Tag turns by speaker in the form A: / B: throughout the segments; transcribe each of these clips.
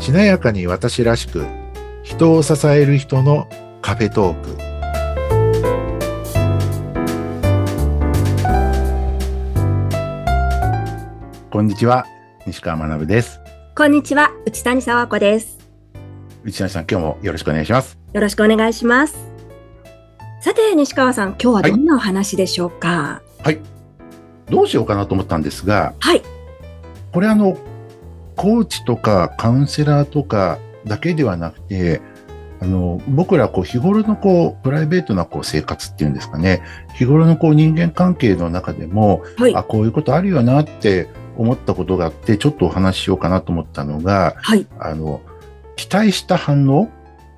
A: 華やかに私らしく人を支える人のカフェトークこんにちは西川学です
B: こんにちは、内谷沢子です。
A: 内田さん今日もよろしくお願いします
B: よろしくお願いします。さて、西川さん、今日は
A: はい
B: どんなお話でしょうか。
A: はいどうしようかなと思ったんですが
B: はい、
A: これあのコーチとかカウンセラーとかだけではなくてあの僕らこう日頃のこうプライベートなこう生活っていうんですかね日頃のこう人間関係の中でも、
B: はい
A: あこういうことあるよなって思ったことがあってちょっとお話ししようかなと思ったのが
B: はい、
A: あの期待した反応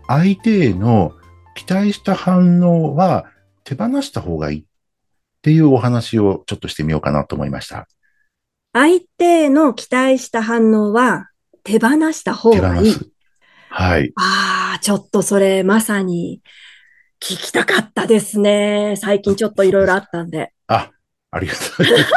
A: 相手への期待した反応は手放した方がいいっていうお話をちょっとしてみようかなと思いました。
B: 相手の期待した反応は手放した方
A: 手
B: が
A: 放
B: いい。
A: す。はい。
B: ああ、ちょっとそれまさに聞きたかったですね。最近ちょっといろいろあったんで。
A: あ、ありがとうございます。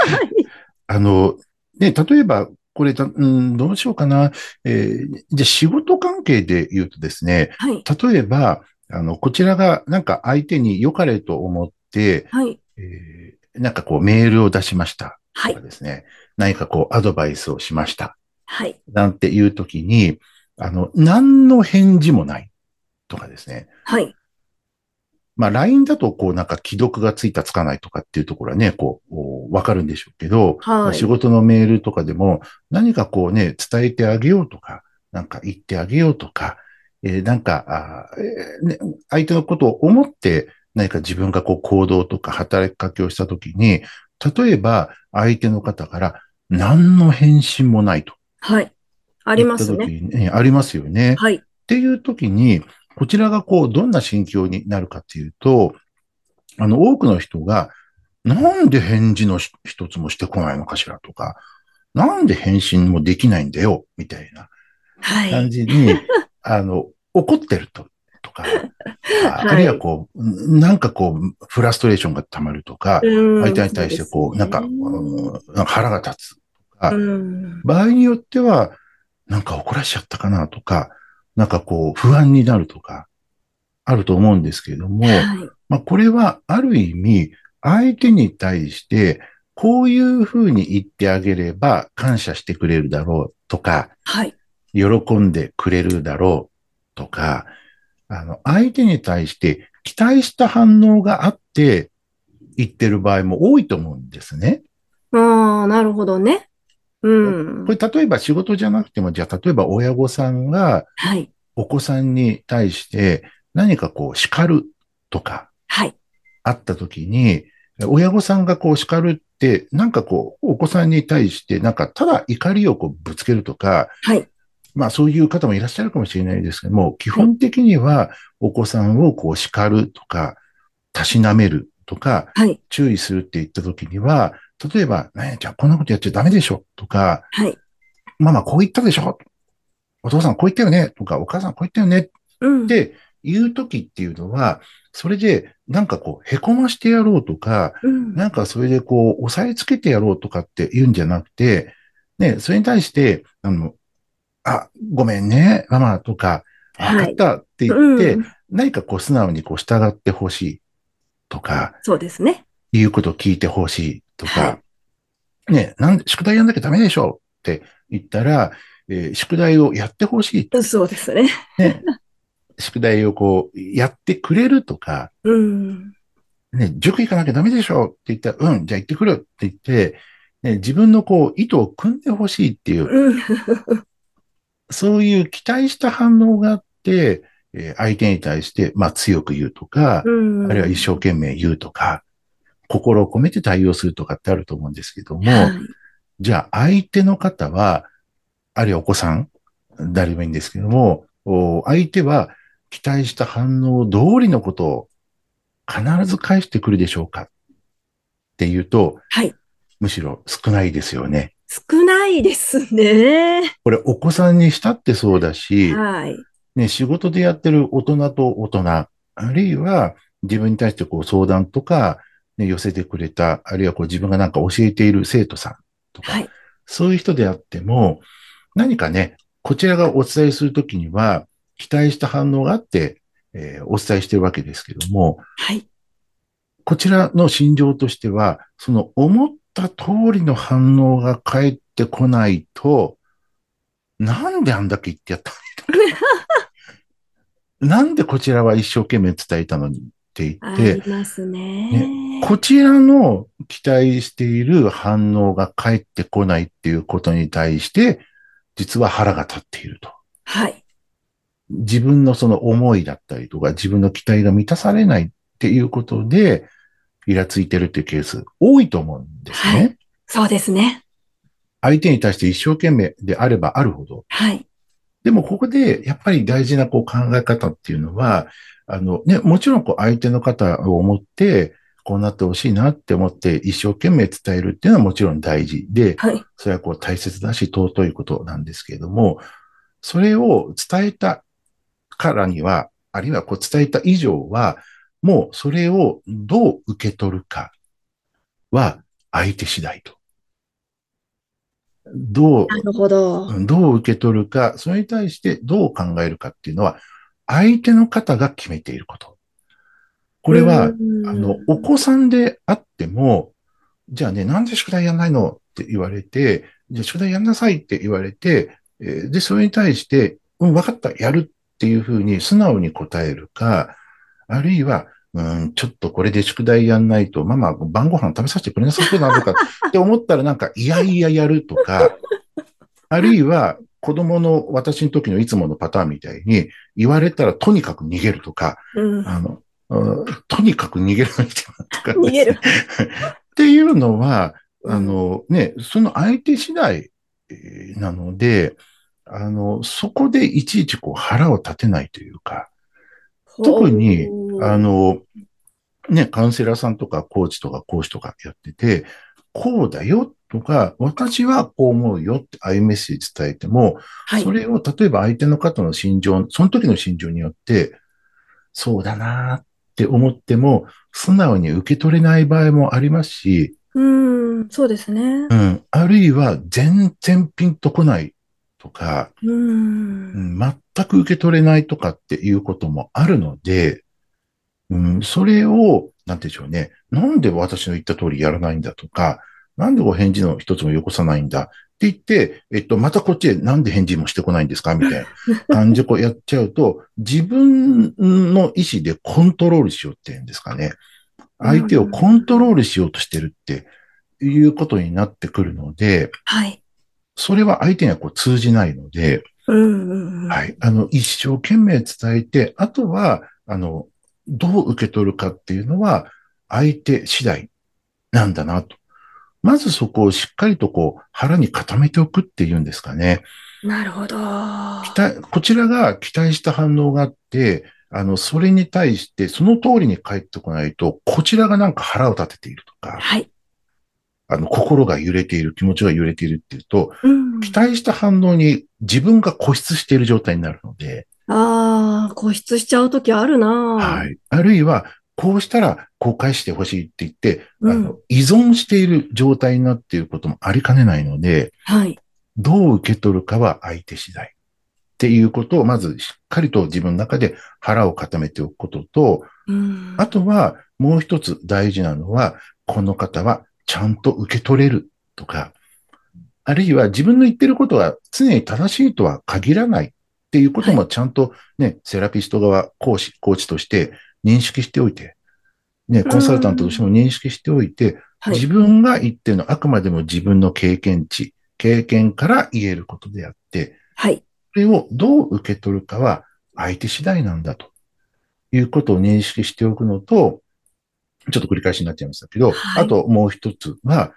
A: あの、ね、例えば、これた、うん、どうしようかな。えーじゃあ仕事関係で言うとですね、
B: はい、
A: 例えば、あの、こちらがなんか相手に良かれと思って、
B: はい、
A: えーなんかこうメールを出しました
B: は
A: と
B: い
A: か、ですね、何かこうアドバイスをしました
B: はい。
A: なんていうときに、あの、何の返事もないとかですね。
B: はい、
A: まあ、LINE だと、こう、なんか、既読がついたつかないとかっていうところはね、こうこう、わかるんでしょうけど、ま
B: は
A: あ仕
B: い。
A: 事のメールとかでも、何かこうね、伝えてあげようとか、なんか言ってあげようとか、えーなんかあー、えーね、相手のことを思って、何か自分がこう行動とか働きかけをしたときに、例えば相手の方から何の返信もないと。
B: はい。あ
A: あ
B: りますね。
A: ね。ありますよね。
B: はい。
A: っていう時に、こちらがこう、どんな心境になるかっていうと、あの、多くの人が、なんで返事のし一つもしてこないのかしらとか、なんで返信もできないんだよ、みたいな
B: は
A: 感
B: い。
A: じ に、あの、怒ってると、とか、ああるいはこう、なんかこう、フラストレーションが溜まるとか、
B: うん
A: 相手に対してこう、なんか、うんなんか腹が立つとか、
B: うん
A: 場合によっては、なんか怒らしちゃったかなとか、なんかこう不安になるとか、あると思うんですけれども、
B: はい。
A: まあこれはある意味、相手に対して、こういうふうに言ってあげれば感謝してくれるだろうとか、
B: はい。
A: 喜んでくれるだろうとか、あの、相手に対して期待した反応があって言ってる場合も多いと思うんですね。
B: ああ、なるほどね。うん
A: こ。れ例えば仕事じゃなくても、じゃあ例えば親御さんが
B: はい。
A: お子さんに対して何かこう叱るとか
B: はい。
A: あった時に、親御さんがこう叱るって、なんかこうお子さんに対してなんかただ怒りをこうぶつけるとか、
B: はい。
A: まあそういう方もいらっしゃるかもしれないですけども、基本的にはお子さんをこう叱るとか、たしなめるとか、
B: はい。
A: 注意するって言った時には、例えば、何々ちゃんこんなことやっちゃダメでしょとか、
B: はい。
A: ママこう言ったでしょお父さんこう言ったよねとか、お母さんこう言ったよね
B: うん。
A: って言う時っていうのは、それでなんかこう、へこましてやろうとか、
B: うん、
A: なんかそれでこう、押さえつけてやろうとかって言うんじゃなくて、ね、それに対して、あの、あ、ごめんね、ママとか、あ、わ
B: は
A: かっ
B: い
A: たって言
B: う
A: って、
B: ん、
A: 何かこう、素直にこう、従ってほしいとか、
B: そうですね。
A: 言うことを聞いてほしいと
B: は
A: か、ね、なんで、宿題やんなきゃダメでしょって言ったら、えー宿題をやってほしい。
B: そうですね。
A: ね、宿題をこう、やってくれるとか、
B: うん。
A: ね、塾行かなきゃダメでしょって言ったら、うん、じゃあ行ってくるって言って、ね、自分のこう、意図を組んでほしいっていう、
B: うん。
A: そういう期待した反応があって、えー相手に対して、まあ強く言うとか、
B: うん。
A: あるいは一生懸命言うとか、心を込めて対応するとかってあると思うんですけども、
B: はい
A: じゃあ相手の方は、あるいはお子さん、誰でもいいんですけども、お相手は期待した反応通りのことを必ず返してくるでしょうかっていうと、
B: はい。
A: むしろ少ないですよね。
B: 少ないですね。
A: これお子さんにしたってそうだし、
B: はい。
A: ね、仕事でやってる大人と大人、あるいは自分に対してこう相談とか、ね、寄せてくれた、あるいはこう自分がなんか教えている生徒さんとか、
B: はい。
A: そういう人であっても、何かね、こちらがお伝えするときには、期待した反応があって、えーお伝えしてるわけですけども、
B: はい。
A: こちらの心情としては、その思った通りの反応が返ってこないと、なんであんだけ言ってやったのなんでこちらは一生懸命伝えたのにって言
B: あ
A: って
B: り、ますね。
A: こちらの期待している反応が返ってこないっていうことに対して、実は腹が立っていると。
B: はい。
A: 自分のその思いだったりとか、自分の期待が満たされないっていうことで、イラついてるっていうケース多いと思うんですね。
B: はそうですね。
A: 相手に対して一生懸命であればあるほど。
B: はい。
A: でもここでやっぱり大事なこう考え方っていうのは、あのね、もちろんこう相手の方を思って、こうなってほしいなって思って一生懸命伝えるっていうのはもちろん大事で、
B: はい。
A: それはこう大切だし尊いことなんですけれども、それを伝えたからには、あるいはこう伝えた以上は、もうそれをどう受け取るかは相手次第と。どう
B: なるほど。
A: うんどう受け取るか、それに対してどう考えるかっていうのは、相手の方が決めていること。これは、
B: うん
A: あの、お子さんであっても、じゃあね、なんで宿題やんないのって言われて、じゃあ宿題やんなさいって言われて、えーで、それに対して、うん、わかった、やるっていうふうに素直に答えるか、あるいは、うん、ちょっとこれで宿題やんないと、ママ晩ご飯食べさせてくれなさそうなの かって思ったらなんか、いやいややるとか、あるいは、子供の私の時のいつものパターンみたいに、言われたらとにかく逃げるとか、
B: うん
A: あの、うんとにかく逃げるみたいなとか、
B: 逃げる。
A: っていうのは、あのね、その相手次第えーなので、あの、そこでいちいちこう腹を立てないというか、特に
B: ほう
A: あの、ね、カウンセラーさんとかコーチとか講師とかやってて、こうだよとか、私はこう思うよってああいうメッセージ伝えても、
B: はい。
A: それを例えば相手の方の心情、その時の心情によって、そうだなーって思っても、素直に受け取れない場合もありますし、
B: うん、そうですね
A: う。ん、あるいは全然ピンとこないとか、
B: う。
A: うんん全く受け取れないとかっていうこともあるので、うん、それを、なんて言うんでしょうね、なんで私の言った通りやらないんだとか、なんでお返事の一つもよこさないんだって言って、えっと、またこっちへなんで返事もしてこないんですかみたいな感じでこうやっちゃうと、 自分の意思でコントロールしようっていうんですかね。相手をコントロールしようとしてるっていうことになってくるので、
B: はい。
A: それは相手にはこう通じないので、
B: うんうんうん。
A: はい。あの、一生懸命伝えて、あとは、あの、どう受け取るかっていうのは、相手次第なんだなと。まずそこをしっかりとこう、腹に固めておくっていうんですかね。
B: なるほど。
A: 期待こちらが期待した反応があって、あの、それに対して、その通りに返ってこないと、こちらがなんか腹を立てているとか、
B: はい。
A: あの、心が揺れている、気持ちが揺れているっていうと、
B: うん。
A: 期待した反応に自分が固執している状態になるので、
B: ああ、固執しちゃうときあるな。。
A: はいい。あるいは、こうしたら公開してほしいって言って、
B: う
A: あ
B: ん
A: の、依存している状態になっていることもありかねないので、
B: はい。
A: どう受け取るかは相手次第っていうことを、まずしっかりと自分の中で腹を固めておくことと、
B: うん。
A: あとはもう一つ大事なのは、この方はちゃんと受け取れるとか、あるいは自分の言ってることが常に正しいとは限らないっていうこともちゃんとね、セラピスト側、講師、コーチとして認識しておいて、ね、コンサルタントとしても認識しておいて、
B: はい
A: 自分が言ってるのはあくまでも自分の経験値、経験から言えることであって、
B: はい。
A: それをどう受け取るかは相手次第なんだということを認識しておくのと、ちょっと繰り返しになっちゃいましたけど、
B: はい
A: あともう一つは、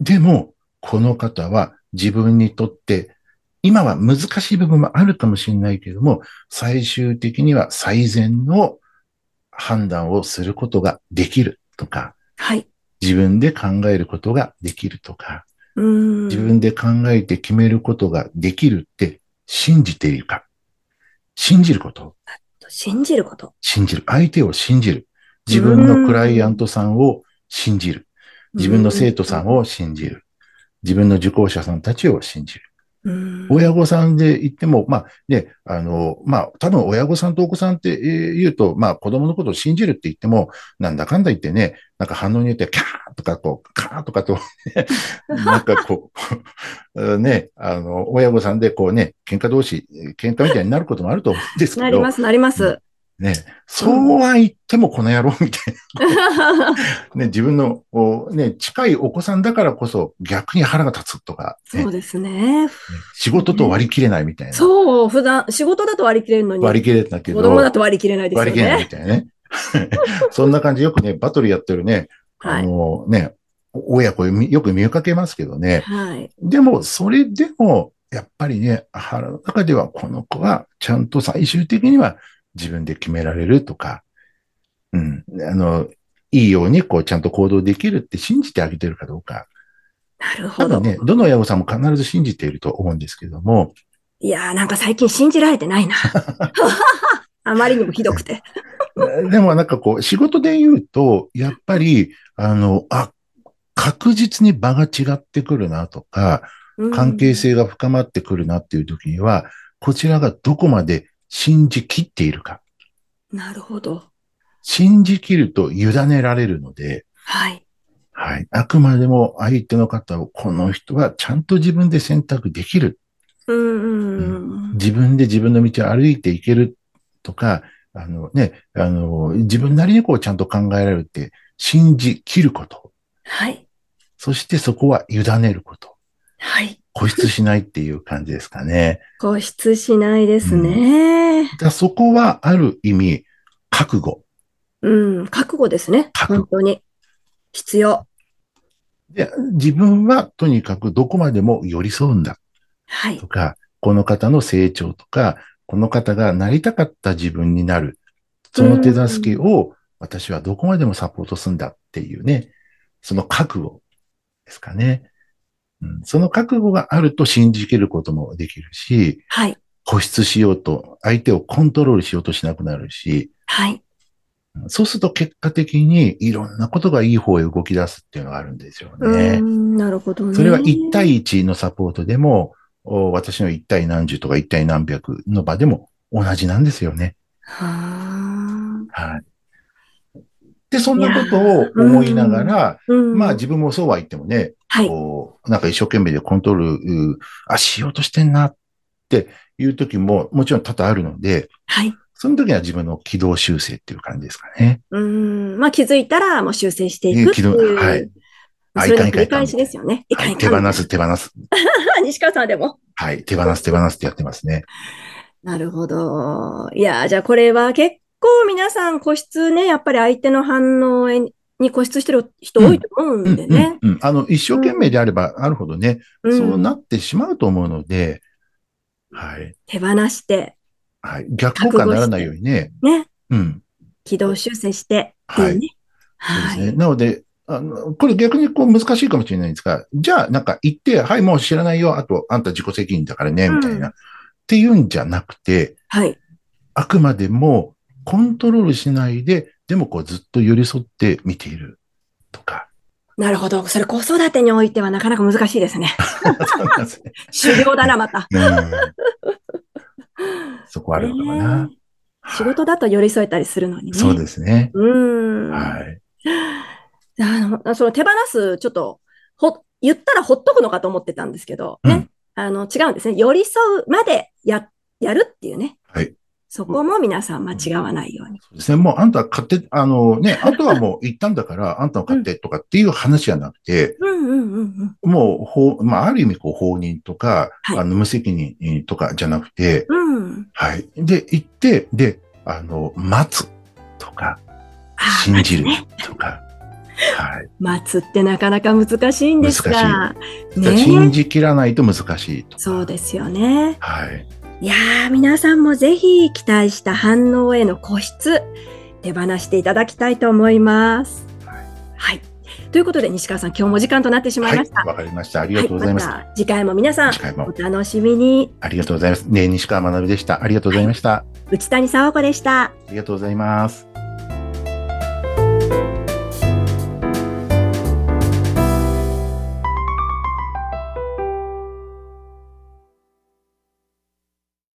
A: でも、この方は自分にとって、今は難しい部分もあるかもしれないけれども、最終的には最善の判断をすることができるとか、
B: はい。
A: 自分で考えることができるとか、
B: うん。
A: 自分で考えて決めることができるって信じているか。信じること。
B: 信じること。
A: 信じる。相手を信じる。自分のクライアントさんを信じる。自分の生徒さんを信じる。自分の受講者さんたちを信じる。
B: うん
A: 親御さんで言っても、まあね、あの、まあ多分親御さんとお子さんってえー言うと、まあ子供のことを信じるって言っても、なんだかんだ言ってね、なんか反応によってはキャーとかこう、カーとかと、 ねなんかこう、 ね、あの、親御さんでこうね、喧嘩同士、喧嘩みたいになることもあると思うんですけ
B: なり
A: ど
B: ま、す、なります。
A: ね、そうは言ってもこの野郎みたいな、ね、自分の、おね、近いお子さんだからこそ逆に腹が立つとか、ね
B: そうですね。
A: 仕事と割り切れないみたいな。
B: そう、普段、仕事だと割り切れるのに、
A: 割り切れたけど、
B: 子供だと割り切れないですよ
A: 割り切れない
B: ね。
A: みたいなね。そんな感じ、よくね、 バトルやってるね、
B: は
A: あ
B: い。
A: のね、親子みよく見かけますけどね。
B: はい。
A: でも、それでも、やっぱりね、腹の中ではこの子はちゃんと最終的には自分で決められるとか、うん、あの、いいようにこうちゃんと行動できるって信じてあげてるかどうか。
B: なる
A: 多
B: ほど
A: 分。ね、どの親御さんも必ず信じていると思うんですけども、
B: いやー、なんか最近信じられて ないな。 あまりにもひどくて。
A: でもなんかこう、仕事で言うと、やっぱり、あの、あ、確実に場が違ってくるなとか、
B: うん
A: 関係性が深まってくるなっていう時には、こちらがどこまで信じきっているか。
B: なるほど。
A: 信じきると委ねられるので、
B: はい。
A: はい。あくまでも相手の方を、この人はちゃんと自分で選択できる。
B: うんうんうん。
A: 自分で自分の道を歩いていけるとか、あのね、あの、自分なりにこうちゃんと考えられるって、信じ切ること。
B: はい。
A: そしてそこは委ねること。
B: はい。
A: 固執しないっていう感じですかね。
B: 固執しないですね。
A: だそこはある意味、覚悟。
B: うん。覚悟ですね。
A: 覚悟
B: 本当に。必要。
A: で、自分はとにかくどこまでも寄り添うんだ
B: はい
A: と。か、この方の成長とか、この方がなりたかった自分になる。その手助けを私はどこまでもサポートするんだっていうね、その覚悟ですかね。うん、その覚悟があると信じきることもできるし、
B: はい。
A: 固執しようと、相手をコントロールしようとしなくなるし、
B: はい。
A: そうすると結果的にいろんなことがいい方へ動き出すっていうのがあるんですよね
B: う。ん。なるほどね。
A: それは1対1のサポートでも、お私の1対何十とか1対何百の場でも同じなんですよね。
B: は
A: はい。で、そんなことを思いながら、
B: ーうん
A: まあ自分もそうは言ってもね、
B: はい。
A: こうなんか一生懸命でコントロール、うあ、しようとしてんなっていう時ももちろん多々あるので、
B: はい。
A: その時は自分の軌道修正っていう感じですかね。
B: うん。まあ気づいたらもう修正してい
A: ね
B: くって
A: 軌
B: い
A: 道
B: う。
A: はい
B: まあ
A: あ
B: それの
A: い
B: 繰
A: かんい
B: り
A: かん
B: 返しですよね。いか
A: は
B: んい
A: い、
B: か
A: 手
B: ん。
A: 放す、手放す。
B: 西川さんはでも。
A: はい、手放す、手放すってやってますね。
B: なるほど。いやー、じゃあこれは結構皆さん個室ね、やっぱり相手の反応に固執してる人多いと思うんでね。
A: うんうんうん、あの、一生懸命であればあるほどね、
B: うん
A: そうなってしまうと思うので、はい。
B: 手放して、
A: はい。逆効果にならないようにね。
B: ね、
A: うん。
B: 軌道修正してっていう
A: そう
B: ね。
A: です
B: は
A: ね。
B: い。
A: なので、あの、これ逆にこう難しいかもしれないんですが、じゃあなんか言って、はい、もう知らないよ、あと、あんた自己責任だからね、みたいな。
B: う
A: っていうんじゃなくて、
B: はい。
A: あくまでもコントロールしないで、でもこうずっと寄り添って見ていると か。
B: なるほど。それ子育てにおいてはなかなか難しい ですね。
A: そうなんですね。
B: 修行だな、また。
A: うんそこあるのかな
B: ね。え仕事だと寄り添えたりするのにね。
A: そうですね。
B: うん。
A: はい。
B: あの、その手放す、ちょっと、ほ、言ったらほっとくのかと思ってたんですけど、
A: うん
B: ね。あの、違うんですね。寄り添うまでや、やるっていうね。
A: はい
B: そこも皆さん間違わないように。
A: そうですね。もうあんたは買って、あのね、あとはもう言ったんだ から、あんたは買ってとかっていう話じゃなくて、
B: うんうんうんうん。
A: もう、法、まあ、ある意味、こう、放任とか、
B: はい
A: あの、無責任とかじゃなくて、
B: うん。
A: はい。で、行って、で、あの、待つとか、
B: あー
A: 信じる
B: 待つね
A: とか、はい。
B: 待つってなかなか難しいんですが。
A: だから
B: ね
A: 信じきらないと難しいと。
B: そうですよね。
A: はい。
B: いやー、皆さんもぜひ期待した反応への固執、手放していただきたいと思います。
A: は
B: はい。ということで、西川さん、今日も時間となってしま
A: はい
B: ま
A: い
B: した。。
A: わかりました。ありがとうございます。
B: はまた次回も皆さん
A: 次、回
B: お
A: も。
B: 楽しみに。
A: ありがとうございます。ね、西川学でした。ありがとうございました。
B: 内谷沙和子でした。
A: ありがとうございます。